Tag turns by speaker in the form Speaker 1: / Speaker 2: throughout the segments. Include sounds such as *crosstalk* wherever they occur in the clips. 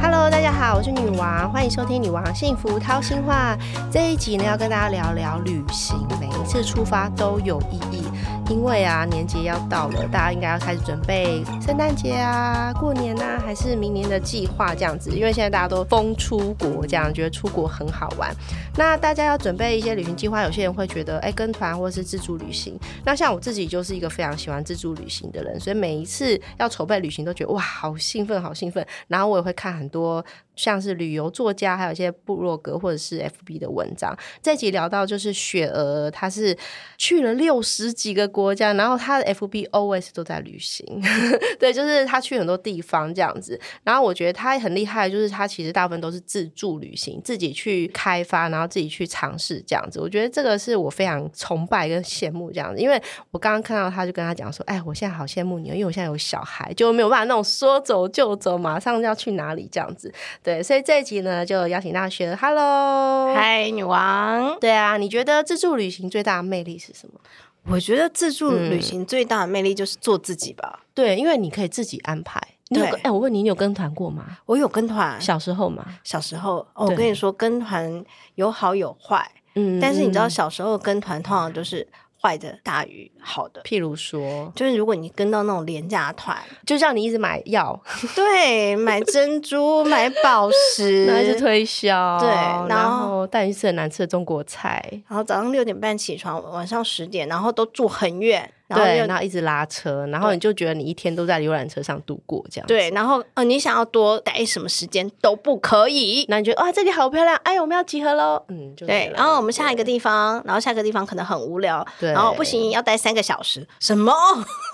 Speaker 1: Hello，大家好，我是女王，欢迎收听《女王幸福掏心话》。这一集呢，要跟大家聊聊旅行，每一次出发都有意义。因为啊，年节要到了，大家应该要开始准备圣诞节啊、过年啊，还是明年的计划这样子。因为现在大家都疯出国，这样觉得出国很好玩。那大家要准备一些旅行计划，有些人会觉得，哎、跟团或是自助旅行。那像我自己就是一个非常喜欢自助旅行的人，所以每一次要筹备旅行都觉得哇，好兴奋，好兴奋。然后我也会看很多像是旅游作家，还有一些部落格或者是 FB 的文章。这集聊到就是雪儿，她是去了六十几个国家，然后她的 FB always 都在旅行， *laughs* 对，就是她去很多地方这样子。然后我觉得她很厉害，就是她其实大部分都是自助旅行，自己去开发，然后自己去尝试这样子。我觉得这个是我非常崇拜跟羡慕这样子，因为我刚刚看到她就跟她讲说，哎，我现在好羡慕你哦，因为我现在有小孩，就没有办法那种说走就走，马上要去哪里这样子。对，所以这一集呢，就邀请到雪儿，Hello，
Speaker 2: 嗨，女王！
Speaker 1: 对啊，你觉得自助旅行最大的魅力是什么？
Speaker 2: 我觉得自助旅行最大的魅力就是做自己吧。
Speaker 1: 对，因为你可以自己安排。你有
Speaker 2: 对
Speaker 1: 跟哎、我问你，你有跟团过吗？
Speaker 2: 我有跟团，小
Speaker 1: 小时候嘛，
Speaker 2: 小时候、哦我
Speaker 1: 对
Speaker 2: 跟你说，跟团有好有坏，
Speaker 1: 嗯
Speaker 2: 但是你知道，，小时候跟团通常都是坏的大于好的。
Speaker 1: 譬如说，
Speaker 2: 就是如果你跟到那种廉价团， *laughs*
Speaker 1: 就像你一直买 *laughs* 药，
Speaker 2: 对，买珍珠、买宝石，
Speaker 1: 然后一直推销，
Speaker 2: 对然
Speaker 1: 然
Speaker 2: 后
Speaker 1: 后带你去吃很难吃的中国菜，
Speaker 2: 然后早上六点半起床，晚上十点，然后都住很远，然后
Speaker 1: 对，
Speaker 2: 又
Speaker 1: 然后一直拉车，然后你就觉得你一天都在游览车上度过这样，。
Speaker 2: 对，然后呃，你想要多待什么时间都不可以。
Speaker 1: 那你觉得哇，这里好漂亮，哎，我们要集合喽，嗯，就没
Speaker 2: 对，
Speaker 1: 了
Speaker 2: 然后我们下一个地方，然后下一个地方可能很无聊，
Speaker 1: 对，
Speaker 2: 然后不行，要待三个小时，什么？ *laughs*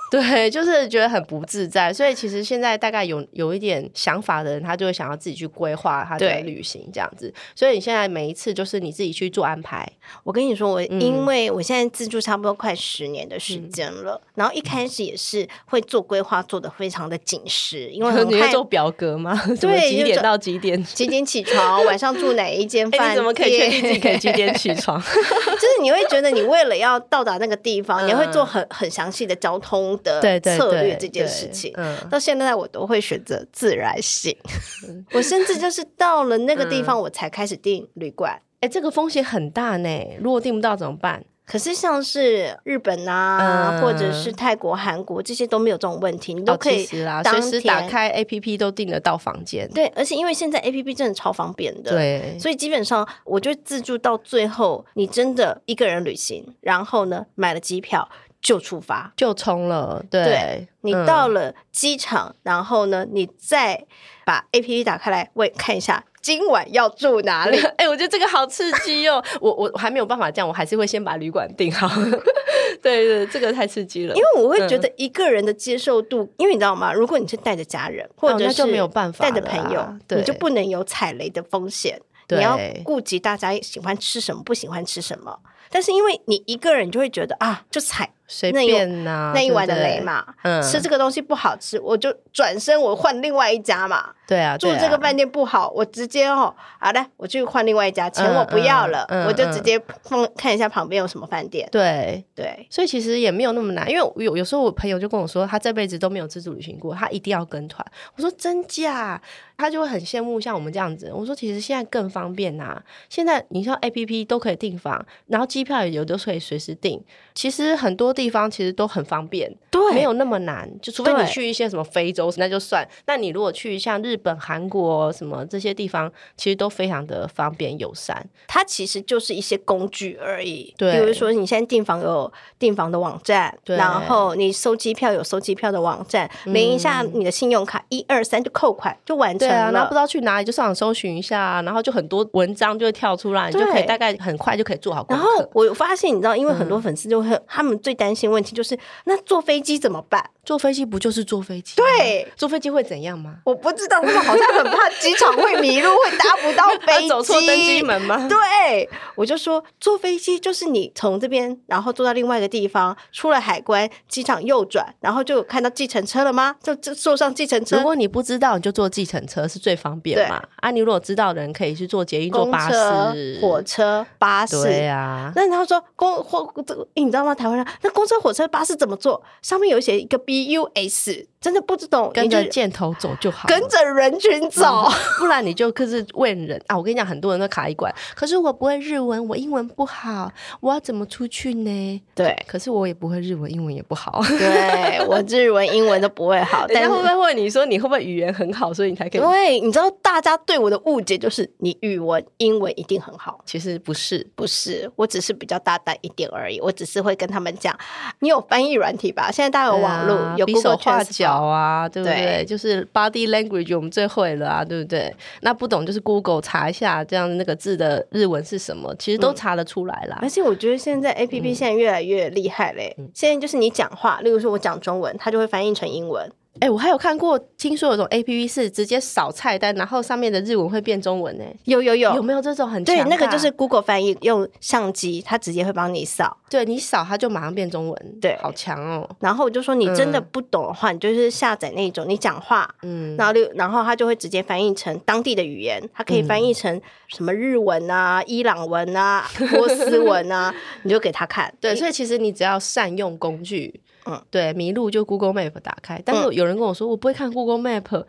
Speaker 1: 对，就是觉得很不自在，所以其实现在大概有有一点想法的人，他就会想要自己去规划他的
Speaker 2: 对
Speaker 1: 旅行这样子。所以你现在每一次就是你自己去做安排，
Speaker 2: 我跟你说，我
Speaker 1: 嗯
Speaker 2: 因为我现在自助差不多快十年的时间了，然后一开始也是会做规划，做的非常的紧实，因为很
Speaker 1: *laughs* 你会
Speaker 2: 害
Speaker 1: 做表格 *laughs* 吗？什么
Speaker 2: 对
Speaker 1: 几
Speaker 2: 就
Speaker 1: 点
Speaker 2: 做
Speaker 1: 到几 *laughs* 点？
Speaker 2: 几点起床，晚上住哪一间饭
Speaker 1: *laughs* 哎，
Speaker 2: 店？
Speaker 1: 你怎么可以确定自己可以几点起床？
Speaker 2: *laughs* 就是你会觉得你为了要到达那个地
Speaker 1: 嗯 *laughs*
Speaker 2: 方，你会做很很详细的交通
Speaker 1: *laughs*
Speaker 2: 的
Speaker 1: 对对对，
Speaker 2: 策略这
Speaker 1: 对
Speaker 2: 件事情。
Speaker 1: 嗯，
Speaker 2: 到现在我都会选择自然醒， *laughs* 我甚至就是到了那个地
Speaker 1: 嗯
Speaker 2: 方我才开始订旅馆。
Speaker 1: 哎，这个风险很大呢，如果订不到怎么办？
Speaker 2: 可是像是日本啊，
Speaker 1: 嗯
Speaker 2: 或者是泰国、韩国这些都没有这种问题，你都
Speaker 1: 哦
Speaker 2: 可
Speaker 1: 其
Speaker 2: 以
Speaker 1: 实啦，随
Speaker 2: 当
Speaker 1: 时打
Speaker 2: 天
Speaker 1: 开 A P P 都订得到房间。
Speaker 2: 对，而且因为现在 A P P 真的超方便的，，
Speaker 1: 对，
Speaker 2: 所以基本上我就自助到最后，你真的一个人旅行，然后呢买了机票就出发，
Speaker 1: 就冲了。对
Speaker 2: 对，你
Speaker 1: 嗯
Speaker 2: 到了机场，然后呢你再把 A P P 打开来，喂看一下今晚要住哪里，
Speaker 1: 哎、我觉得这个好刺激哦！我我我还没有办法这样，我还是会先把旅馆订好。 *laughs* 对对，这个太刺激了，
Speaker 2: 因
Speaker 1: 为
Speaker 2: 为我会觉得一个人的接受度，因为你知道吗？如果你是带着家人，或者
Speaker 1: 哦那
Speaker 2: 是
Speaker 1: 就没有办法
Speaker 2: 带着
Speaker 1: 了
Speaker 2: 朋友
Speaker 1: 啊，对
Speaker 2: 你就不能有踩雷的风险。
Speaker 1: 对
Speaker 2: 你要顾及大家喜欢吃什么，不喜欢吃什么。但是因为你一个人，你就会觉得啊，就踩
Speaker 1: 随
Speaker 2: 那一
Speaker 1: 便呐、
Speaker 2: 那一碗
Speaker 1: 对
Speaker 2: 的
Speaker 1: 不啊对
Speaker 2: 雷，嘛，
Speaker 1: 嗯
Speaker 2: 吃这个东西不好吃，我就转身我换另外一家嘛。
Speaker 1: 对啊，
Speaker 2: 住
Speaker 1: 对啊
Speaker 2: 这个饭店不好，我直接哦，好的，我去换另外一家，钱
Speaker 1: 嗯
Speaker 2: 我不要了，
Speaker 1: 嗯嗯
Speaker 2: 我就直接放看一下旁边有什么饭店。
Speaker 1: 对。
Speaker 2: 对，
Speaker 1: 所以其实也没有那么难，因为我有有时候我朋友就跟我说，他这辈子都没有自助旅行过，他一定要跟团。我说真假？他就会很羡慕像我们这样子。我说其实现在更方便呐、现在你像 A P P 都可以订房，然后机票也有都可以随时订。其实很多地方其实都很方便，
Speaker 2: 对
Speaker 1: 没有那么难。就除非你
Speaker 2: 对
Speaker 1: 去一些什么非洲，那就算。那你如果去像日本、韩国什么这些地方，其实都非常的方便友善。
Speaker 2: 它其实就是一些工具而已。
Speaker 1: 对
Speaker 2: 比如说你现在订房有订房的网站，
Speaker 1: 对
Speaker 2: 然后你收机票有收机票的网站，连一下你的信用卡，一二三就扣款就完
Speaker 1: 对
Speaker 2: 成
Speaker 1: 啊，然后
Speaker 2: 了。
Speaker 1: 不知道去哪里就上网搜寻一下，然后就很多文章就会跳出来，你就可以
Speaker 2: 对
Speaker 1: 大概很快就可以做好功
Speaker 2: 然
Speaker 1: 课。
Speaker 2: 后
Speaker 1: 的。
Speaker 2: 我有发现，你知道，因为很多粉丝就会，他们最担心问题就是，那坐飞机怎么办？
Speaker 1: 坐飞机不就是坐飞机？，
Speaker 2: 对，
Speaker 1: 坐飞机会怎样吗？
Speaker 2: 我不知道，他们好像很怕机场会迷路，会搭 *laughs* 不到飞机，
Speaker 1: 走错登机。门 *laughs* 吗？
Speaker 2: 对，我就说坐飞机就是你从这边，然后坐到另外一个地方，出了海关，机场右转，然后就有看到计程车了吗？就就坐上计程车
Speaker 1: 如，果你不知道，你就坐计程车是最方便嘛。啊，你如果知道的人，可以去坐捷运、坐
Speaker 2: 公
Speaker 1: 巴
Speaker 2: 车、
Speaker 1: 士、
Speaker 2: 火车、巴士。
Speaker 1: 对啊，
Speaker 2: 那他说公或你知道吗？台湾人那公车、火车、巴士怎么坐？上面有写一个 B U S，真的不知懂，
Speaker 1: 跟
Speaker 2: 你就
Speaker 1: 着箭头走就好了。
Speaker 2: 跟着人群走。
Speaker 1: *laughs* 不然你就可是问人啊！我跟你讲，很多人都卡一关。可是我不会日文，我英文不好，我要怎么出去呢？
Speaker 2: *laughs* 对
Speaker 1: 可是我也不会日文，英文也不 *laughs* 好。
Speaker 2: 对，我日文、英文都不会 *laughs* 好，
Speaker 1: 人
Speaker 2: 但
Speaker 1: 家会不
Speaker 2: 是。
Speaker 1: 会问你说你会不会语言很好，所以你才可以
Speaker 2: 因？为你知道，大家对我的误解就是你语文、英文一定很好，
Speaker 1: 其实不是，
Speaker 2: 不是，我只是比较大胆一点而已。我只是会跟他们讲，你有翻译软体吧？现在大家有网络，
Speaker 1: 对啊
Speaker 2: 有
Speaker 1: 比手
Speaker 2: Google
Speaker 1: 画
Speaker 2: Translate
Speaker 1: 脚啊，对不对？
Speaker 2: 对
Speaker 1: 就是 body language 我们最会了啊，对不对？那不懂就是 Google 查一下，这样那个字的日文是什么，其实都查得出来啦。
Speaker 2: 而且我觉得现
Speaker 1: 嗯
Speaker 2: 在 A P P 现在越来越厉害嘞、现在就是你讲话，例如说我讲中文，它就会翻译成英文。
Speaker 1: 哎、我还有看过，听说有种 A P P 是直接扫菜单，然后上面的日文会变中文呢、欸
Speaker 2: 有有有，
Speaker 1: 有没有这种很
Speaker 2: 对，
Speaker 1: 强
Speaker 2: 那个
Speaker 1: 大
Speaker 2: 就是 Google 翻译，用相机，它直接会帮你扫。
Speaker 1: 对你扫它就马上变中文，
Speaker 2: 对
Speaker 1: 好强哦，
Speaker 2: 然后我就说，你真的
Speaker 1: 嗯
Speaker 2: 不懂的话，你就是下载那种，你讲话，
Speaker 1: 嗯，
Speaker 2: 然后六，然后它就会直接翻译成当地的语言，它可以翻译成什么日文啊、伊朗文 *laughs* 啊、波斯文啊，你就给他看。
Speaker 1: 对，
Speaker 2: 诶
Speaker 1: 所以其实你只要善用工具，
Speaker 2: 嗯
Speaker 1: 对，迷路就 Google Map 打开。但是有人跟我说，我不会看 Google *gasps* Map，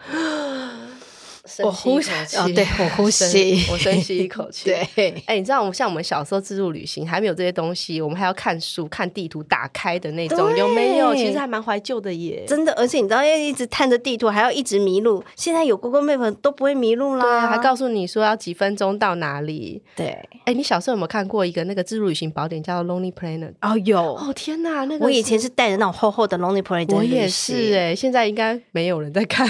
Speaker 2: 我呼
Speaker 1: 吸
Speaker 2: 吸
Speaker 1: 一口气
Speaker 2: 哦对我呼
Speaker 1: 深
Speaker 2: 吸
Speaker 1: 我深吸一口 *laughs* 气，
Speaker 2: 对，
Speaker 1: 哎、你知道我们像我们小时候自助旅行还没有这些东西，我们还要看书、看地图打开的那种，
Speaker 2: 对
Speaker 1: 有没有？其实还蛮怀旧的耶。
Speaker 2: 真的，而且你知道要一直探着地图，还要一直迷路。现在有 Google Map 都不会迷路啦，
Speaker 1: 对啊，还告诉你说要几分钟到哪里。
Speaker 2: 对
Speaker 1: 哎、你小时候有没有看过一个那个自助旅行宝典叫《Lonely Planet》？
Speaker 2: 哦有。
Speaker 1: 哦天哪，那个
Speaker 2: 我以
Speaker 1: 是
Speaker 2: 前是带着那种厚厚的 Lonely p l a n e
Speaker 1: 我也是哎、现在应该没有人在看，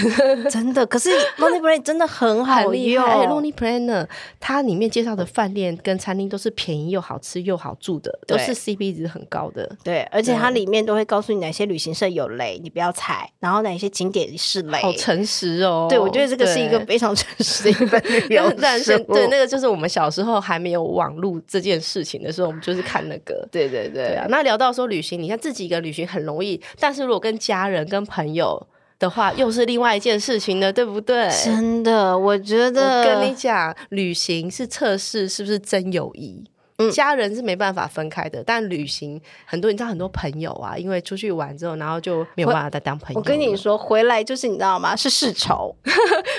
Speaker 2: 真的。可是 Lonely p l a n e 真的很好
Speaker 1: 很厉
Speaker 2: 用，
Speaker 1: 害。而且 Lonely Planner 它里面介绍的饭店跟餐厅都是便宜又好吃又好住的，都
Speaker 2: 对
Speaker 1: 是 CP 值很高的。
Speaker 2: 对，而且它里面都会告诉你哪些旅行社有雷，你不要踩，然后哪些景点是雷。
Speaker 1: 好诚实哦！
Speaker 2: 对，我觉得这个是一个
Speaker 1: 对
Speaker 2: 非常诚实的一本
Speaker 1: *laughs*
Speaker 2: 旅游
Speaker 1: 但是
Speaker 2: 书
Speaker 1: 对那个就是我们小时候还没有网络这件事情的时候，我们就是看那 *laughs* 个。
Speaker 2: *laughs* 对对对
Speaker 1: 对啊，那聊到说旅行，你看自己一个旅行很容易，但是如果跟家人、跟朋友的话，又是另外一件事情了，对不对？
Speaker 2: 真的，我觉
Speaker 1: 我
Speaker 2: 得
Speaker 1: 跟你讲，旅行是测试是不是真友谊。
Speaker 2: 嗯
Speaker 1: 家人是没办法分开的，但旅行很多，你知道很多朋友啊，因为出去玩之后，然后就没有办法再当朋友
Speaker 2: 我跟你
Speaker 1: 了，
Speaker 2: 说，回来就是你知道吗？是世仇。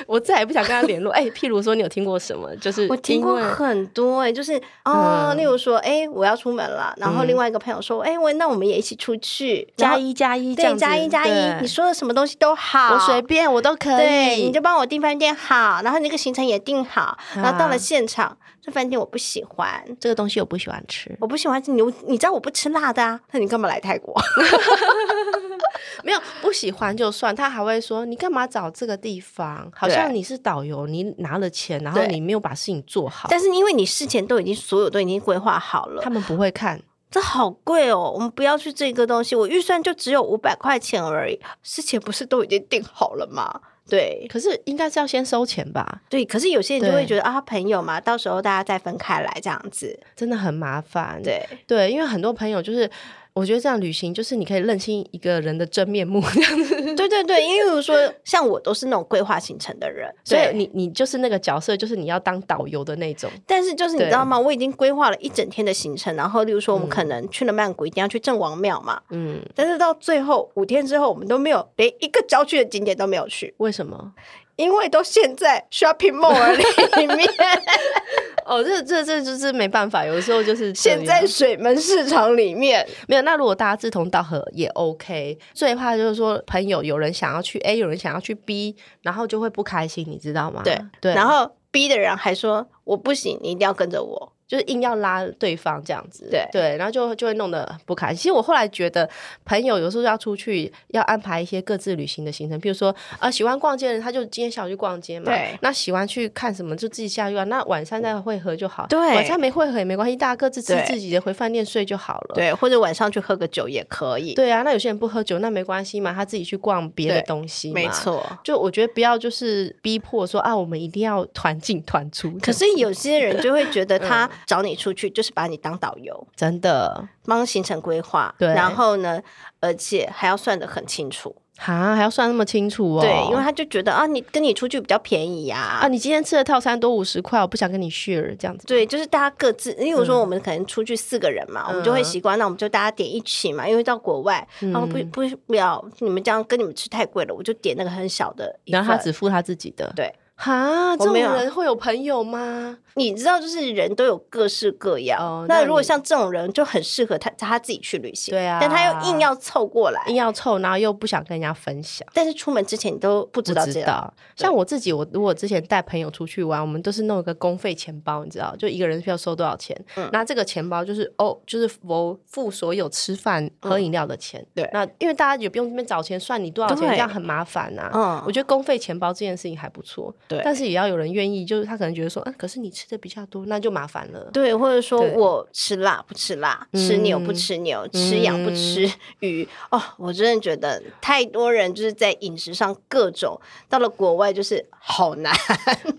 Speaker 1: 我再也不想跟他联络。哎、譬如说，你有听过什么？就是
Speaker 2: 我听
Speaker 1: 因
Speaker 2: 过
Speaker 1: 为
Speaker 2: 很多哎、就是哦，
Speaker 1: 嗯
Speaker 2: 例如说，哎、我要出门了，然后另外一个朋友说，哎、我那我们也一起出去，
Speaker 1: 加
Speaker 2: 然后
Speaker 1: 一加一这样
Speaker 2: 对，
Speaker 1: 子，
Speaker 2: 加一加
Speaker 1: 对
Speaker 2: 一，你说的什么东西都好，
Speaker 1: 我随便我都可以，
Speaker 2: 对，你就帮我订饭店好，然后那个行程也定好，然后到
Speaker 1: 啊
Speaker 2: 了现场，这饭店我不喜欢，
Speaker 1: 这个东西我不喜欢吃。
Speaker 2: 我不喜欢吃牛，你知道我不吃辣的啊，那你干嘛来泰国？
Speaker 1: 没有不喜欢就算，他还会说你干嘛找这个地方？好像
Speaker 2: 对
Speaker 1: 你是导游，你拿了钱，然后
Speaker 2: 对
Speaker 1: 你没有把事情做好。
Speaker 2: *laughs* 但是因为你事前都已经所有都已经规划好了
Speaker 1: 他，们不会看，
Speaker 2: 这好贵哦，我们不要去这个东西，我预算就只有五百块钱而已，事前不是都已经定好了吗？对
Speaker 1: 可是应该是要先收钱吧？
Speaker 2: 对，可是有些人就
Speaker 1: 对
Speaker 2: 会觉得啊，朋友嘛，到时候大家再分开来这样子，
Speaker 1: 真的很麻烦。
Speaker 2: 对，
Speaker 1: 对，因为很多朋友就是，我觉得这样旅行就是你可以认清一个人的真面目，这样子。
Speaker 2: *laughs* 对对对，因为比如说 *laughs* 像我都是那种规划行程的人，
Speaker 1: 所
Speaker 2: 对
Speaker 1: 以你你就是那个角色，就是你要当导游的那种。
Speaker 2: 但是就是你知道
Speaker 1: 对
Speaker 2: 吗？我已经规划了一整天的行程，然后例如说我们可能去了曼谷，一定要去郑王庙嘛。
Speaker 1: 嗯，
Speaker 2: 但是到最后五天之后，我们都没有连一个郊区的景点都没有去，
Speaker 1: 为什么？
Speaker 2: 因为都陷在 shopping mall 儿里 *laughs* 面，
Speaker 1: 哦，这这这就是没办法，有时候 *laughs* 就是这
Speaker 2: 陷在
Speaker 1: 样
Speaker 2: 水门市场里面。
Speaker 1: 没有，那如果大家志同道合也 OK。最怕就是说朋友有人想要去 A，有人想要去 B，然后就会不开心，你知道吗？
Speaker 2: 对
Speaker 1: 对，
Speaker 2: 然后 B 的人还说我不行，你一定要跟着我。
Speaker 1: 就是硬要拉对方这样子，
Speaker 2: 对
Speaker 1: 对，然后就就会弄得不开心。其实我后来觉得，朋友有时候要出去要安排一些各自旅行的行程，比如说啊、呃喜欢逛街的人他就今天下午去逛街嘛，
Speaker 2: 对
Speaker 1: 那喜欢去看什么就自己下去啊，那晚上再汇合就好，
Speaker 2: 对
Speaker 1: 晚上没汇合也没关系，大家各自吃
Speaker 2: 对
Speaker 1: 自己的，回饭店睡就好了，
Speaker 2: 对，或者晚上去喝个酒也可以。
Speaker 1: 对啊，那有些人不喝酒，那没关系嘛，他自己去逛别的
Speaker 2: 对
Speaker 1: 东西，
Speaker 2: 没。错。
Speaker 1: 就我觉得不要就是逼迫说啊，我们一定要团进团出。
Speaker 2: *laughs* 可是有些人就会觉得 *laughs* 他找你出去就是把你当导游，
Speaker 1: 真的
Speaker 2: 帮行程规划，
Speaker 1: 对
Speaker 2: 然后呢，而且还要算得很清楚，
Speaker 1: 哈，还要算那么清楚哦？
Speaker 2: 对，因为他就觉得啊，你跟你出去比较便宜呀、
Speaker 1: 啊，你今天吃的套餐多五十块，我不想跟你 share 这样子。
Speaker 2: 对，就是大家各自，因为
Speaker 1: 嗯
Speaker 2: 我说我们可能出去四个人嘛，我们就会习惯，那我们就大家点一起嘛，因为到国外，
Speaker 1: 嗯
Speaker 2: 然后不不不要你们这样跟你们吃太贵了，我就点那个很小的一份。
Speaker 1: 然后他只付他自己的。
Speaker 2: 对，
Speaker 1: 哈，这种
Speaker 2: 没有啊
Speaker 1: 人会有朋友吗？
Speaker 2: 你知道，就是人都有各式各样。
Speaker 1: 哦那
Speaker 2: 那如果
Speaker 1: 你
Speaker 2: 像这种人，就很适合他他自己去旅行，
Speaker 1: 对啊
Speaker 2: 但他又硬要凑过来
Speaker 1: 硬。要凑，然后又不想跟人家分享。
Speaker 2: 但是出门之前你都不知道
Speaker 1: 不
Speaker 2: 这
Speaker 1: 知
Speaker 2: 样，
Speaker 1: 道，像我自己，我如果之前带朋友出去玩，我们都是弄一个公费钱包，你知道，就一个人要收多少钱。
Speaker 2: 嗯
Speaker 1: 那这个钱包就是哦，就是我付所有吃饭、喝饮料的钱。
Speaker 2: 嗯对
Speaker 1: 那因为大家也不用这边找钱算你多少钱，
Speaker 2: 对
Speaker 1: 这样很麻烦啊呐、
Speaker 2: 嗯
Speaker 1: 我觉得公费钱包这件事情还不错，
Speaker 2: 对
Speaker 1: 但是也要有人愿意，就是他可能觉得说，嗯、可是你吃的比较多，那就麻烦了。 *laughs*
Speaker 2: 对，或者说
Speaker 1: 对
Speaker 2: 我吃辣不吃辣，吃牛不
Speaker 1: 嗯
Speaker 2: 吃牛，吃羊不吃 *laughs* 鱼。哦，我真的觉得太多人就是在饮食上各种，到了国外就是好难。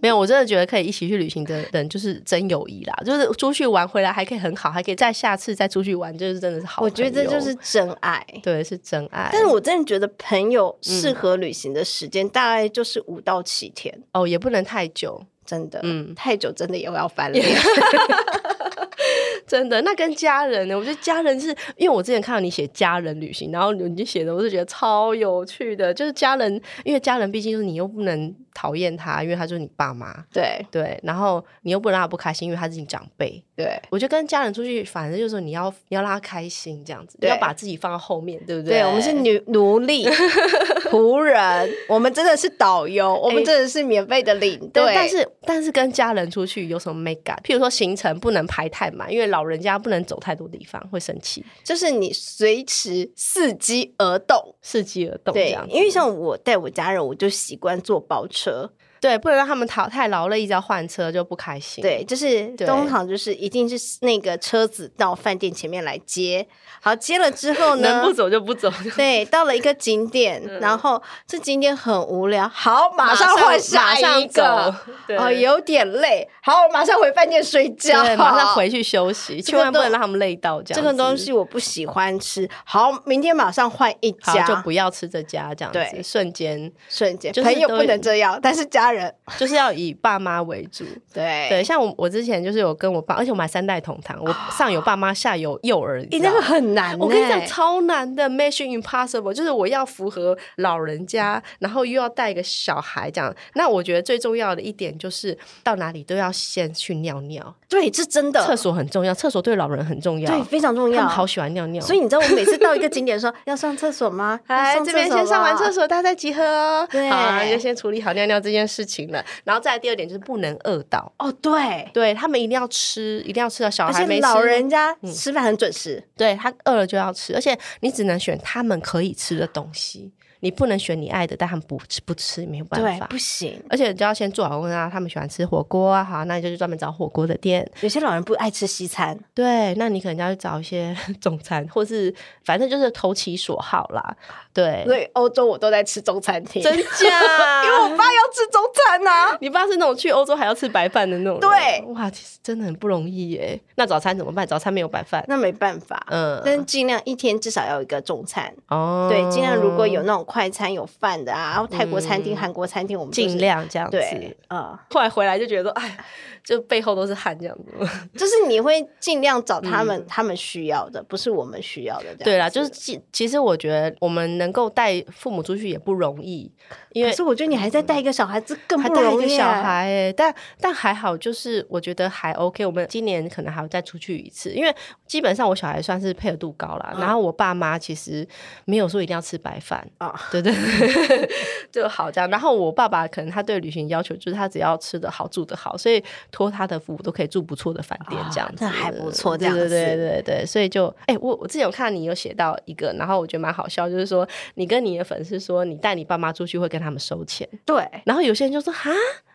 Speaker 1: 没有，我真的觉得可以一起去旅行的人就是真友谊啦，就是出去玩回来还可以很好，还可以再下次再出去玩，就是真的是好朋
Speaker 2: 我
Speaker 1: 友。
Speaker 2: 觉得这就是真爱。
Speaker 1: 对，是真爱。
Speaker 2: 但是我真的觉得朋友
Speaker 1: 嗯
Speaker 2: 适合旅行的时间大概就是五到七天，
Speaker 1: 哦，也不能太久，
Speaker 2: 真的，
Speaker 1: 嗯
Speaker 2: 太久真的也要翻脸。
Speaker 1: 真的。那跟家人呢？我觉得家人是因为我之前看到你写家人旅行，然后你就写的，我就觉得超有趣的。就是家人，因为家人毕竟就是你又不能讨厌他，因为他就是你爸妈，
Speaker 2: *laughs* 对
Speaker 1: 对，然后你又不能让他不开心，因为他是你长辈。 *laughs*
Speaker 2: 对
Speaker 1: 我觉得跟家人出去，反正就是说你要你要让他开心，这样子，
Speaker 2: 对
Speaker 1: 要把自己放到后面，对不对？
Speaker 2: 对，我们是女
Speaker 1: *laughs*
Speaker 2: 奴隶、仆人，我们真的是导游，我们
Speaker 1: 哎
Speaker 2: 真的是免费的领
Speaker 1: 对
Speaker 2: 队。
Speaker 1: 但是但是跟家人出去有什么美感？譬如说行程不能排太满，因为老人家不能走太多地方，会生气，
Speaker 2: 就是你随时伺机而动。
Speaker 1: 伺机而动这
Speaker 2: 对
Speaker 1: 样，子。
Speaker 2: 因为像我带我家人，我就习惯坐包车。
Speaker 1: 对，不能让他们淘太劳累，一直要换车就不开心。
Speaker 2: 对，就是
Speaker 1: 对
Speaker 2: 通常就是一定是那个车子到饭店前面来接，好接了之后呢
Speaker 1: 能不，走就不走。 *laughs*
Speaker 2: 对，到了一个景点，然后这景点很无聊，好，马上换下
Speaker 1: 马上
Speaker 2: 一个
Speaker 1: 走，对
Speaker 2: 哦，有点累，好，我马上回饭店睡觉，
Speaker 1: 对，马上。回去休息，
Speaker 2: 这
Speaker 1: 千
Speaker 2: 个
Speaker 1: 万不
Speaker 2: 东
Speaker 1: 能让他们累到这样子。
Speaker 2: 这个东西我不喜欢吃，好，明天马上换一
Speaker 1: 好
Speaker 2: 家，
Speaker 1: 就不要吃这家这样子，
Speaker 2: 对
Speaker 1: 瞬间
Speaker 2: 瞬间，
Speaker 1: 就是
Speaker 2: 朋友
Speaker 1: 都
Speaker 2: 不能这样，但是家人
Speaker 1: 就是要以爸妈为主。
Speaker 2: *laughs* 对
Speaker 1: 对，像我我之前就是有跟我爸，而且我买三代同堂，
Speaker 2: *gasps*
Speaker 1: 我上有爸妈，下有幼儿，你
Speaker 2: 欸
Speaker 1: 知道
Speaker 2: 那个很难、欸，
Speaker 1: 我跟你讲，超难的，Mission Impossible，就是我要符合老人家，然后又要带一个小孩这样。那我觉得最重要的一点就是，到哪里都要先去尿尿，
Speaker 2: 对，这真的
Speaker 1: 厕所很重要，厕所对老人很重要，
Speaker 2: 对非常重
Speaker 1: 他
Speaker 2: 要。
Speaker 1: 们好喜欢尿尿。
Speaker 2: 所以你知道我每次到一个景点说 *laughs* 要上厕所吗？
Speaker 1: *laughs* 哎，
Speaker 2: 要
Speaker 1: 这边先上完厕
Speaker 2: 所
Speaker 1: 所，大家再集合哦。
Speaker 2: 对
Speaker 1: 好啊，就先处理好尿尿这件事情了。然后再来第二点就是不能饿到，
Speaker 2: 吧。哦，对，
Speaker 1: 对他们一定要吃，一定要吃到小
Speaker 2: 而
Speaker 1: 孩没嗯
Speaker 2: 且
Speaker 1: 吃。
Speaker 2: 老人家吃饭很准时，
Speaker 1: 对他饿了就要吃，而且你只能选他们可以吃的东西，你不能选你爱的，但他们不吃不吃没有办
Speaker 2: 对，
Speaker 1: 法
Speaker 2: 不。行。
Speaker 1: 而且你就要先做好问啊，他们喜欢吃火锅啊，好，那你就去专门找火锅的店。
Speaker 2: 有些老人不爱吃西餐，
Speaker 1: 对，那你可能要去找一些 *laughs* 中餐，或是反正就是投其所好啦。对，
Speaker 2: 所以欧洲我都在吃中餐厅，
Speaker 1: 真 *laughs* 啊假？
Speaker 2: 因为我爸要吃中餐
Speaker 1: *laughs*
Speaker 2: 啊呐、
Speaker 1: 你爸是那种去欧洲还要吃白饭的那种人，
Speaker 2: 对
Speaker 1: 哇，其实真的很不容易耶。那早餐怎么办？早餐没有白饭，
Speaker 2: 那没办法。
Speaker 1: 嗯，
Speaker 2: 但尽量一天至少要有一个中餐，
Speaker 1: 哦，
Speaker 2: 对，尽量如果有那种快餐有饭的啊，然后泰国餐厅、韩国餐厅，我们就
Speaker 1: 嗯
Speaker 2: 是
Speaker 1: 尽量这样子。
Speaker 2: 对，呃，
Speaker 1: 后来回来就觉得说，哎，就背后都是汗这样子。
Speaker 2: 就是你会尽量找他们、他们需要的，不是我们需要的。这样
Speaker 1: 嗯对啦，啊
Speaker 2: 子
Speaker 1: 就是其其实我觉得我们能够带父母出去也不容易，因
Speaker 2: 可
Speaker 1: 为
Speaker 2: 是我觉得你还在带一个小孩子，更
Speaker 1: 还
Speaker 2: 不
Speaker 1: 带一
Speaker 2: 容
Speaker 1: 个
Speaker 2: 易。啊
Speaker 1: 小，孩哎、但但还好，就是我觉得还 OK。我们今年可能还要再出去一次，因为
Speaker 2: 嗯
Speaker 1: 基本上我小孩算是配合度高啦，然后我爸妈其实没有说一定要吃白饭
Speaker 2: 啊
Speaker 1: 对 *laughs* 对对，就好这样。然后我爸爸可能他对旅行要求就是他只要吃得好、住得好，所以托他的福我都可以住不错的饭店这样子，
Speaker 2: 哦那还不错，这样
Speaker 1: 对对对对，所以就哎、欸，我我之前有看你有写到一个，然后我觉得蛮好笑，就是说你跟你的粉丝说你带你爸妈出去会跟他们收钱，
Speaker 2: 对，
Speaker 1: 然后有些人就说哈。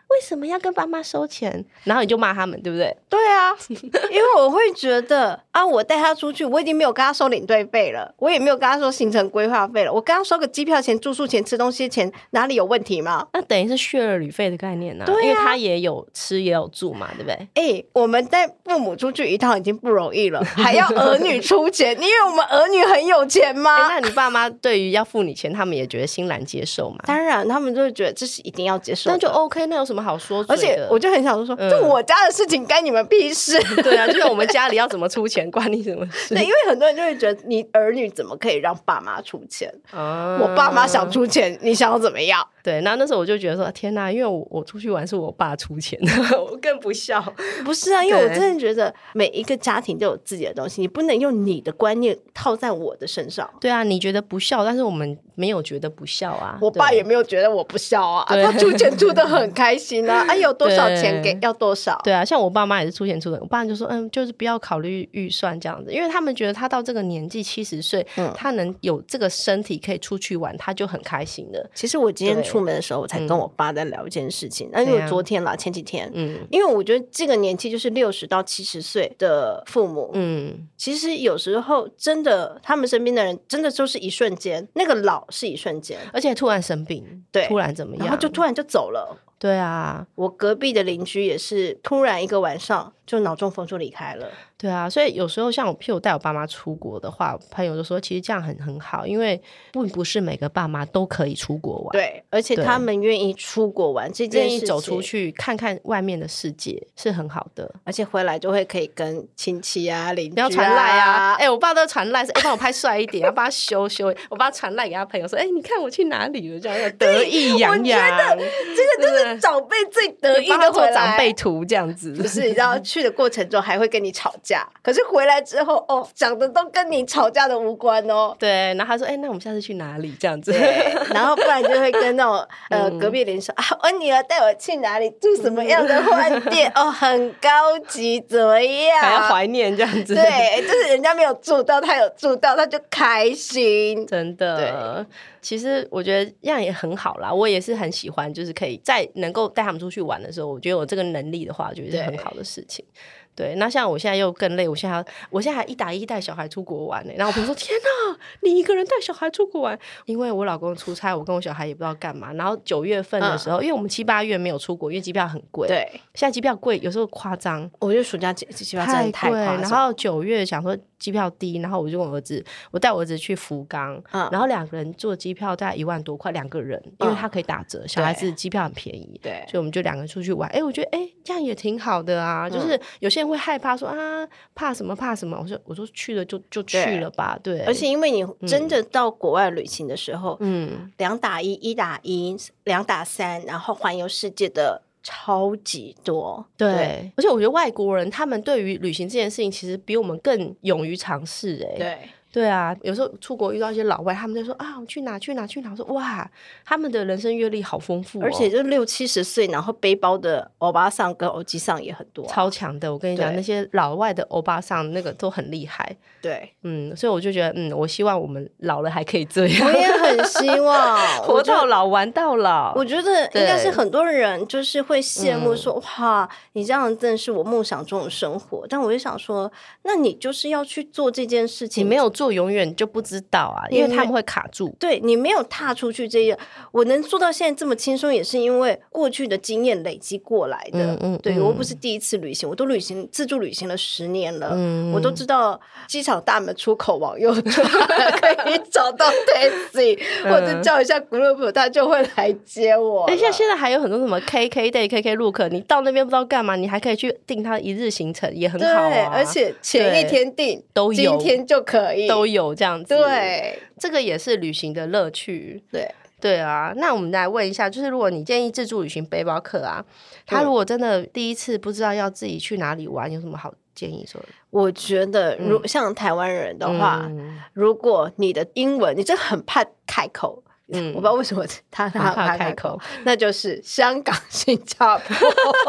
Speaker 1: 为什么要跟爸妈收钱？然后你就骂他们，对不对？
Speaker 2: 对啊，因为我会觉得啊，我带他出去，我已经没有跟他收领队费了，我也没有跟他说行程规划费了，我跟他收个机票钱、住宿钱、吃东西钱，哪里有问题吗？
Speaker 1: 那等于是血了旅费的概念呢、啊，
Speaker 2: 对、啊、
Speaker 1: 因为他也有吃也有住嘛，对不对？
Speaker 2: 哎、欸，我们带父母出去一趟已经不容易了，还要儿女出钱，你以为我们儿女很有钱
Speaker 1: *laughs*
Speaker 2: 吗？
Speaker 1: 欸、那你爸妈对于要付你钱，他们也觉得欣然接受嘛？
Speaker 2: 当然，他们就会觉得这是一定要接受，
Speaker 1: 那就 OK，那有什么？好说，
Speaker 2: 而且我就很想说，嗯、就我家的事情干你们屁 *laughs* 事。
Speaker 1: 对啊，就是我们家里要怎么出钱，关你什么事？
Speaker 2: 对，因为很多人就会觉得，你儿女怎么可以让爸妈出钱？啊、我爸妈想出钱，你想要怎么样？
Speaker 1: 对，那那时候我就觉得说，天哪！因为我我出去玩是我爸出钱， *laughs* 我更不孝。
Speaker 2: 不是啊，因为我真的觉得每一个家庭都有自己的东西，你不能用你的观念套在我的身上。
Speaker 1: 对啊，你觉得不孝，但是我们没有觉得不孝啊。
Speaker 2: 我爸也没有觉得我不孝啊，他出钱出的很开心 *laughs* 啊，哎，有多少钱给要多少。
Speaker 1: 对啊，像我爸妈也是出钱出的，我爸就说，嗯，就是不要考虑预算这样子，因为他们觉得他到这个年纪七十岁，嗯、他能有这个身体可以出去玩，他就很开心的。
Speaker 2: 其实我今天。出门的时候，我才跟我爸在聊一件事情。那、嗯、因为昨天啦，啊、前几天，嗯，因为我觉得这个年纪就是六十到七十岁的父母，嗯，其实有时候真的，他们身边的人真的就是一瞬间，那个老是一瞬间，
Speaker 1: 而且突然生病，
Speaker 2: 对，
Speaker 1: 突然怎么样，
Speaker 2: 然后就突然就走了。
Speaker 1: 对啊，
Speaker 2: 我隔壁的邻居也是突然一个晚上就脑中风就离开了。
Speaker 1: 对啊，所以有时候像我，譬如带我爸妈出国的话，朋友就说其实这样很很好，因为并不是每个爸妈都可以出国玩。
Speaker 2: 对，而且他们愿意出国玩，这件
Speaker 1: 愿意走出去看看外面的世界是很好的，
Speaker 2: 而且回来就会可以跟亲戚啊、邻居、啊、
Speaker 1: 要传赖啊。哎、欸，我爸都传赖说，哎、欸，帮我拍帅一点，要帮他修修。我爸传赖给他朋友说，哎、欸，你看我去哪里了，这样得意洋洋。我
Speaker 2: 觉得这个就是。长辈最得意的
Speaker 1: 做长辈图这样子，
Speaker 2: *laughs* 不是你知
Speaker 1: *laughs*
Speaker 2: 道去的过程中还会跟你吵架，可是回来之后哦，讲的都跟你吵架的无关哦。
Speaker 1: 对，然后他说：“哎、欸，那我们下次去哪里？”这样子，
Speaker 2: *laughs* 然后不然就会跟那 *laughs* 种呃隔壁邻说：“啊，我女儿带我去哪里，住什么样的饭 *laughs* 店？哦，很高级，怎么样？”
Speaker 1: *laughs* 还要怀念这样子。
Speaker 2: 对，就是人家没有住到，他有住到，他就开心。
Speaker 1: 真的，其实我觉得这样也很好啦，我也是很喜欢，就是可以在。能够带他们出去玩的时候，我觉得有这个能力的话，我觉得是很好的事情。对，那像我现在又更累，我现在我现在还一打一带小孩出国玩呢、欸。然后我朋友说：“天哪，你一个人带小孩出国玩？”因为我老公出差，我跟我小孩也不知道干嘛。然后九月份的时候，嗯、因为我们七八月没有出国，因为机票很贵。
Speaker 2: 对，
Speaker 1: 现在机票贵，有时候夸张。
Speaker 2: 我觉得暑假机机票真的太贵。
Speaker 1: 然后九月想说机票低，然后我就跟我儿子，我带我儿子去福冈，嗯、然后两个人坐机票大概一万多块，两个人，因为他可以打折，小孩子机票很便宜。
Speaker 2: 嗯对，
Speaker 1: 所以我们就两个人出去玩。哎、欸，我觉得哎、欸，这样也挺好的啊，嗯、就是有些。会害怕说啊，怕什么怕什么？我说我说去了就就去了吧，对。
Speaker 2: 而且因为你真的到国外旅行的时候，嗯，两打一，一打一，两打三，然后环游世界的。超级多，
Speaker 1: 对，对而且我觉得外国人他们对于旅行这件事情，其实比我们更勇于尝试、欸，哎，
Speaker 2: 对，
Speaker 1: 对啊，有时候出国遇到一些老外，他们就说啊，我去哪去哪去哪，我说哇，他们的人生阅历好丰富、哦，
Speaker 2: 而且就六七十岁，然后背包的欧巴桑跟欧吉桑也很多、啊，
Speaker 1: 超强的，我跟你讲，那些老外的欧巴桑那个都很厉害，
Speaker 2: 对，
Speaker 1: 嗯，所以我就觉得，嗯，我希望我们老了还可以这样，
Speaker 2: 我也很希望
Speaker 1: *laughs* 活到老玩到老，嗯
Speaker 2: 我觉得应该是很多人就是会。会羡慕说哇，你这样真的是我梦想中的生活。但我就想说，那你就是要去做这件事情，
Speaker 1: 你没有做，永远就不知道啊，因为他们会卡住。
Speaker 2: 对你没有踏出去这样，我能做到现在这么轻松，也是因为过去的经验累积过来的。嗯嗯，嗯对我不是第一次旅行，我都旅行自助旅行了十年了，嗯、我都知道机场大门出口往右转 *laughs* 可以找到 taxi，、嗯、哎或者叫一下 group，他就会来接我。
Speaker 1: 而且哎现在还有很多什么 KK 的。K K Look，你到那边不知道干嘛，你还可以去订他一日行程，也很好啊。
Speaker 2: 而且前一天订
Speaker 1: 都有，
Speaker 2: 今天就可以
Speaker 1: 都有这样子。
Speaker 2: 对，
Speaker 1: 这个也是旅行的乐趣。
Speaker 2: 对。
Speaker 1: 对啊，那我们来问一下，就是如果你建议自助旅行背包客啊，他如果真的第一次不知道要自己去哪里玩，有什么好建议说的？
Speaker 2: 我觉得，
Speaker 1: 嗯
Speaker 2: 如、嗯、像台湾人的话，嗯、如果你的英文你真的很怕开口。嗯，我不知道为什么 *laughs* 他他
Speaker 1: 怕开口，
Speaker 2: 那就是香港、 *laughs* 新加坡。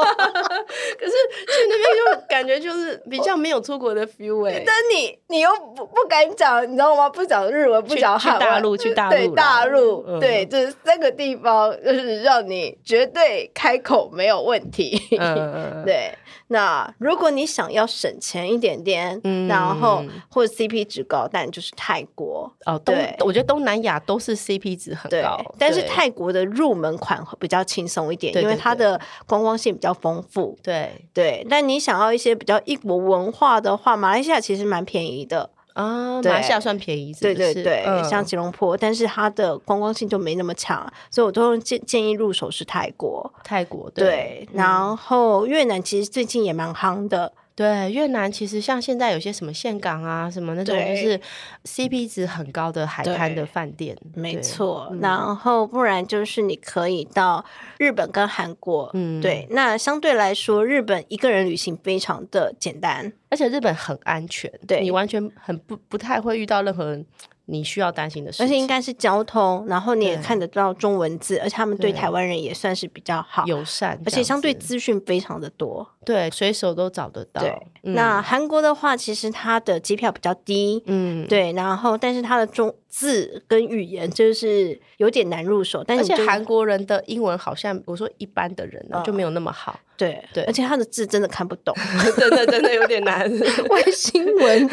Speaker 1: 可是去那边就感觉就是比较没有出国的 feel 哎、 *laughs* 欸。
Speaker 2: 但你你又不不敢讲，你知道吗？不讲日文，不讲
Speaker 1: 去大陆，去大陆，
Speaker 2: 对大陆，嗯、对，就是那个地方，就是让你绝对开口没有问题。 *laughs* 嗯、对，那如果你想要省钱一点点，嗯、然后或者 CP 值高，但就是泰国
Speaker 1: 哦，东，我觉得东南亚都是 CP 值很高，
Speaker 2: 但是泰国的入门款比较轻松一点，因为它的观光性比较丰富。
Speaker 1: 对
Speaker 2: 对，但你想要一些比较异国文化的话，马来西亚其实蛮便宜的。
Speaker 1: 啊，马来西亚算便宜是
Speaker 2: 是，对对对，嗯、像吉隆坡，但是它的观光性就没那么强，所以我都建建议入手是泰国，
Speaker 1: 泰国
Speaker 2: 对，嗯、然后越南其实最近也蛮夯的。
Speaker 1: 对越南，其实像现在有些什么岘港啊，什么那种就是 CP 值很高的海滩的饭店，
Speaker 2: 没错。嗯、然后不然就是你可以到日本跟韩国，嗯，对。那相对来说，日本一个人旅行非常的简单，
Speaker 1: 而且日本很安全，
Speaker 2: 对
Speaker 1: 你完全很不不太会遇到任何你需要担心的事情。
Speaker 2: 而且应该是交通，然后你也看得到中文字，而且他们对台湾人也算是比较好
Speaker 1: 友善，
Speaker 2: 而且相对资讯非常的多。
Speaker 1: 对，随手都找得到。
Speaker 2: 对，嗯、那韩国的话，其实它的机票比较低，嗯，对，然后但是它的中字跟语言就是有点难入手，但是
Speaker 1: 而且韩国人的英文好像我说一般的人呢、啊嗯、就没有那么好， *laughs*
Speaker 2: 对对，對而且他的字真的看不懂，
Speaker 1: 真的真的有点难， *laughs*
Speaker 2: 外星文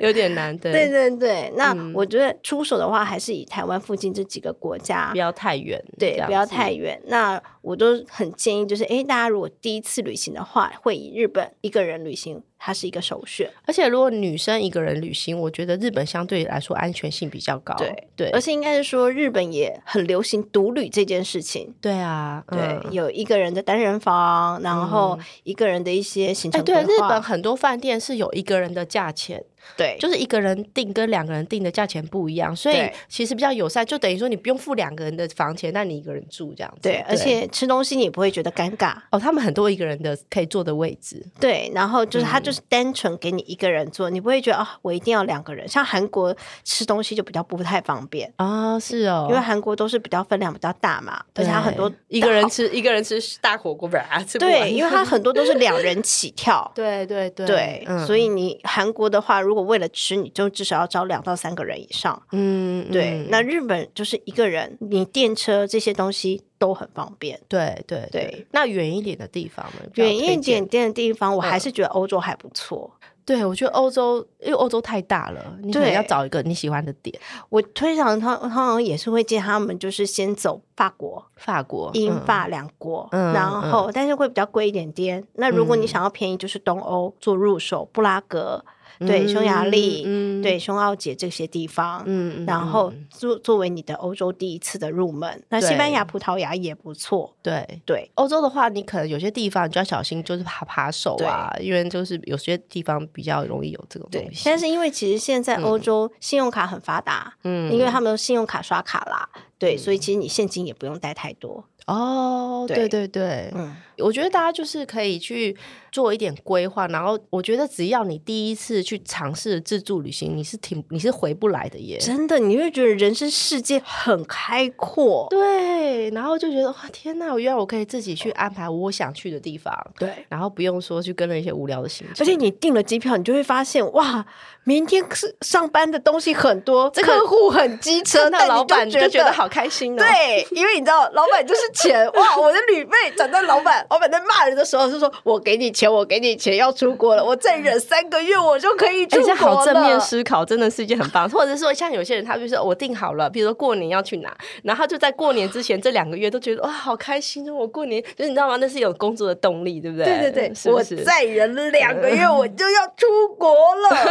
Speaker 1: 有点难， *laughs* 对嗯
Speaker 2: *laughs* 对对对。那我觉得出手的话，还是以台湾附近这几个国家，
Speaker 1: 不要太远，
Speaker 2: 对，不要太远。那我都很建议，就是哎、欸，大家如果第一次旅行。的话，会以日本一个人旅行，它是一个首选。
Speaker 1: 而且，如果女生一个人旅行，我觉得日本相对来说安全性比较高。
Speaker 2: 对
Speaker 1: 对，對
Speaker 2: 而且应该是说，日本也很流行独旅这件事情。
Speaker 1: 对啊，
Speaker 2: 嗯、对，有一个人的单人房，然后一个人的一些行
Speaker 1: 嗯
Speaker 2: 程、嗯欸。
Speaker 1: 哎对，啊日本很多饭店是有一个人的价钱。
Speaker 2: 对，
Speaker 1: 就是一个人订跟两个人订的价钱不一样，所以其实比较友善，就等于说你不用付两个人的房钱，但你一个人住这样子。
Speaker 2: 对，對而且吃东西你也不会觉得尴尬。
Speaker 1: 哦，他们很多一个人的可以坐的位置。
Speaker 2: 对，然后就是
Speaker 1: 嗯
Speaker 2: 他就是单纯给你一个人坐，嗯、你不会觉得啊、哦，我一定要两个人。像韩国吃东西就比较不太方便
Speaker 1: 啊、哦，是哦，啊
Speaker 2: 因为韩国都是比较分量比较大嘛，而且它很多
Speaker 1: 一个人吃一个人吃大火锅，不然啊吃不
Speaker 2: 对，因为它很多都是两人起
Speaker 1: *laughs*
Speaker 2: 跳。
Speaker 1: 对对 *laughs* 对，
Speaker 2: 对，嗯、所以你韩国的话，如果为了吃，你就至少要招两到三个人以上。嗯，对。嗯、那日本就是一个人，你电车这些东西都很方便。
Speaker 1: 对对
Speaker 2: 对。对
Speaker 1: 那远一点的地方呢？
Speaker 2: 远一点点的地方，我还是觉得欧洲还不错。嗯
Speaker 1: 对，我觉得欧洲，因为欧洲太大了，你可能要找一个你喜欢的点。
Speaker 2: 我通常他他好像也是会建议他们，就是先走法国、
Speaker 1: 法国、嗯
Speaker 2: 英法两国，嗯、然后、嗯、但是会比较贵一点点。嗯、那如果你想要便宜，就是东欧做入手，布拉格。对匈牙利，嗯、对匈奥姐这些地方，嗯、然后作作为你的欧洲第一次的入门，那西班牙、葡萄牙也不错。
Speaker 1: 对
Speaker 2: 对，对
Speaker 1: 欧洲的话，你可能有些地方你就要小心，就是爬爬手啊，因为就是有些地方比较容易有这种东西。嗯
Speaker 2: 但是因为其实现在欧洲信用卡很发达，嗯，因为他们信用卡刷卡啦，对，嗯、所以其实你现金也不用带太多。
Speaker 1: 哦，对对对，嗯，我觉得大家就是可以去做一点规划，然后我觉得只要你第一次去尝试自助旅行，你是挺你是回不来的耶，
Speaker 2: 真的，你会觉得人生世界很开阔，
Speaker 1: 对，然后就觉得哇天呐，原来我可以自己去安排我想去的地方，
Speaker 2: 对，
Speaker 1: 然后不用说去跟了一些无聊的行程，
Speaker 2: 而且你订了机票，你就会发现哇，明天是上班的东西很多，这个、客户很机车，
Speaker 1: 那老板就觉得好开心哦，
Speaker 2: 对，因为你知道老板就是。钱
Speaker 1: *laughs*
Speaker 2: 哇！我的旅费涨到老板，老板在骂人的时候就说：“我给你钱，我给你钱，要出国了， *laughs* 我再忍三个月，我就可以出国了。欸”
Speaker 1: 哎好正面思考，真的是一件很 *laughs* 棒。或者说，像有些人，他就说我定好了，比如说过年要去哪，然后就在过年之前这两个月都觉得哇，好开心！哦我过年就是你知道吗？那是有工作的动力，对不对？
Speaker 2: 对对对，
Speaker 1: 是是
Speaker 2: 我再忍两个月，我就要出国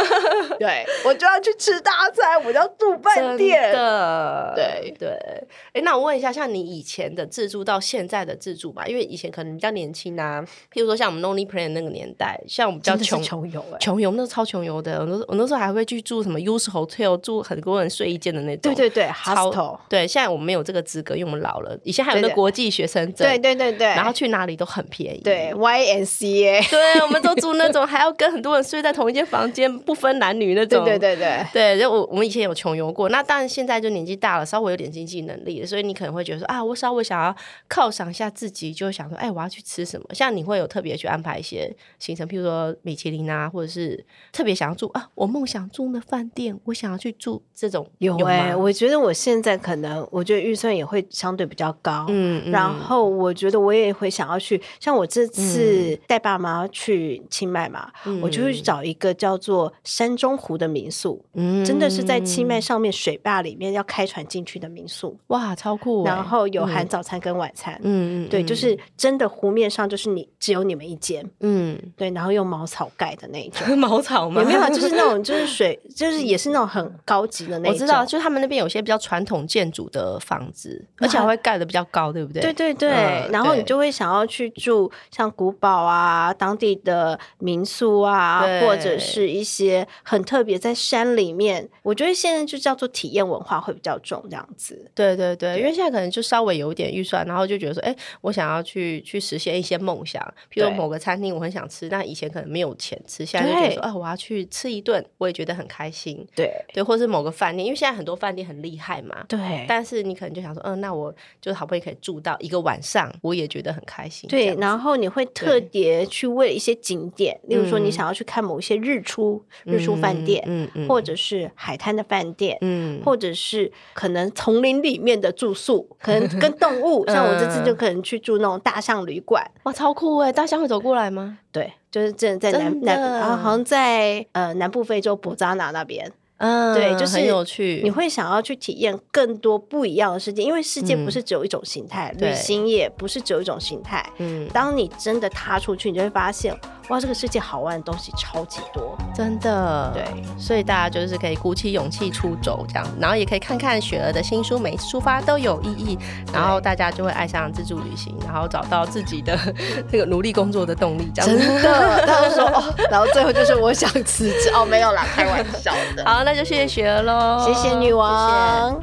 Speaker 1: *laughs*
Speaker 2: 了。对，我就要去吃大餐，我要住饭店。
Speaker 1: 的，
Speaker 2: 对
Speaker 1: 对。哎、欸，那我问一下，像你以前的自助。助到现在的自助吧，因为以前可能比较年轻啊，譬如说像我们 Lonely Plan 那个年代，像我们比较穷
Speaker 2: 穷游哎，
Speaker 1: 穷游那时候超穷游的，我那我那时候还会去住什么 Use Hotel，住很多人睡一间的那种。
Speaker 2: 对对对
Speaker 1: 超
Speaker 2: ，hostel，
Speaker 1: 对，现在我们没有这个资格，因为我们老了。以前还有
Speaker 2: 对
Speaker 1: 那
Speaker 2: 对
Speaker 1: 国际学生证，
Speaker 2: 对对对对，
Speaker 1: 然后去哪里都很便宜。
Speaker 2: 对 Y N C
Speaker 1: *laughs*
Speaker 2: A，
Speaker 1: 对，我们都住那种还要跟很多人睡在同一间房间，不分男女那
Speaker 2: 对
Speaker 1: 种。
Speaker 2: 对对对，
Speaker 1: 对，就我我们以前有穷游过，那当然现在就年纪大了，稍微有点经济能力了，所以你可能会觉得说啊，我稍微想要犒赏一下自己，就会想说，哎，我要去吃什么？像你会有特别去安排一些行程，譬如说米其林啊，或者是特别想要住啊，我梦想中的饭店，我想要去住这种
Speaker 2: 有哎、
Speaker 1: 吗
Speaker 2: 我觉得我现在可能，我觉得预算也会相对比较高。
Speaker 1: 嗯，嗯
Speaker 2: 然后我觉得我也会想要去，像我这
Speaker 1: 嗯
Speaker 2: 次带爸妈去清迈嘛，我就会去找一个叫做山中湖的民宿，
Speaker 1: 嗯
Speaker 2: 真的是在清迈上面水坝里面要开船进去的民宿，
Speaker 1: 哇，超酷哎、
Speaker 2: 然后有含早餐跟晚餐，
Speaker 1: 嗯，嗯
Speaker 2: 对，就是真的湖面上就是你只有你们一间， *laughs*
Speaker 1: 嗯，
Speaker 2: 对，然后用茅草盖的那一
Speaker 1: *laughs*
Speaker 2: 种，
Speaker 1: 嗯茅草吗？
Speaker 2: 也没有啊，就是那种就是水，就是也是那种很高级 *laughs* 的那一
Speaker 1: 我
Speaker 2: 种，
Speaker 1: 知道，啊就是他们那边有些比较传统建筑的房子，而且还会盖的比较高，对不对？
Speaker 2: 对对对，
Speaker 1: 嗯
Speaker 2: 然后你
Speaker 1: 对
Speaker 2: 就会想要去住像古堡啊、当地的民宿啊，或者
Speaker 1: 对
Speaker 2: 是一些很特别在山里面。我觉得现在就叫做体验文化会比较重，这样子。
Speaker 1: 对对对，因为现在可能就稍微有一点预算，然后就觉得说，哎，我想要去去实现一些梦想，比如
Speaker 2: 对
Speaker 1: 某个餐厅我很想吃，但以前可能没有钱吃，现在就觉得
Speaker 2: 对
Speaker 1: 说，啊，我要去吃一顿，我也觉得很开心。
Speaker 2: 对
Speaker 1: 对，或是某个饭店，因为现在很多饭店很厉害嘛，
Speaker 2: 对
Speaker 1: 但是你可能就想说，嗯、那我就好不容易可以住到一个晚上，我也觉得很开心。这
Speaker 2: 对，
Speaker 1: 样
Speaker 2: 然后你会特别去为一些景点，例如说你想要去看某些日出、日出饭店，
Speaker 1: 嗯嗯，
Speaker 2: 或者是海滩的饭店，
Speaker 1: 嗯
Speaker 2: 或者是可能丛林里面的住宿，可
Speaker 1: *laughs*
Speaker 2: 能跟动物，像我这次
Speaker 1: 嗯
Speaker 2: 就可能去住那种大象旅馆，
Speaker 1: 哇，超酷哎！大象会走过来吗？
Speaker 2: 对，就是真的在南
Speaker 1: 真的
Speaker 2: 南，啊，好像在呃南部非洲博扎纳那边，
Speaker 1: 嗯，
Speaker 2: 对就是
Speaker 1: 很有趣。
Speaker 2: 你会想要去体验更多不一样的世界，因为世界不是只有一种形态，
Speaker 1: 嗯对
Speaker 2: 旅行也不是只有一种形态。
Speaker 1: 嗯，
Speaker 2: 当你真的踏出去，你就会发现，哇，这个世界好玩的东西超级多。
Speaker 1: 真的，
Speaker 2: 对，
Speaker 1: 所以大家就是可以鼓起勇气出走这样，然后也可以看看雪儿的新书，每一次出发都有意义，然后大家就会爱上自助旅行，然后找到自己的 *laughs* 这个努力工作的动力这样子。
Speaker 2: 的，他就说哦，然后最后就是我想辞职，哦，没有啦，开玩笑的。
Speaker 1: 好，那就谢 *laughs* 谢雪儿喽，
Speaker 2: 谢谢女
Speaker 1: 谢谢
Speaker 2: 王。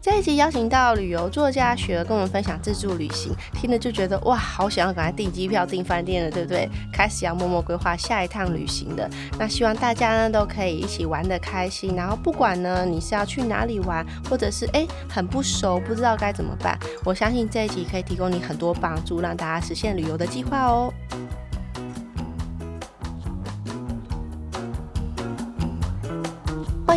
Speaker 1: 这一集邀请到旅游作家雪儿跟我们分享自助旅行，听了就觉得哇，好想要赶快订机票、订饭店了，对不对？开始要默默规划下一趟旅行了。那希望大家呢都可以一起玩的开心，然后不管呢你是要去哪里玩，或者是诶很不熟不知道该怎么办，我相信这一集可以提供你很多帮助，让大家实现旅游的计划哦。欢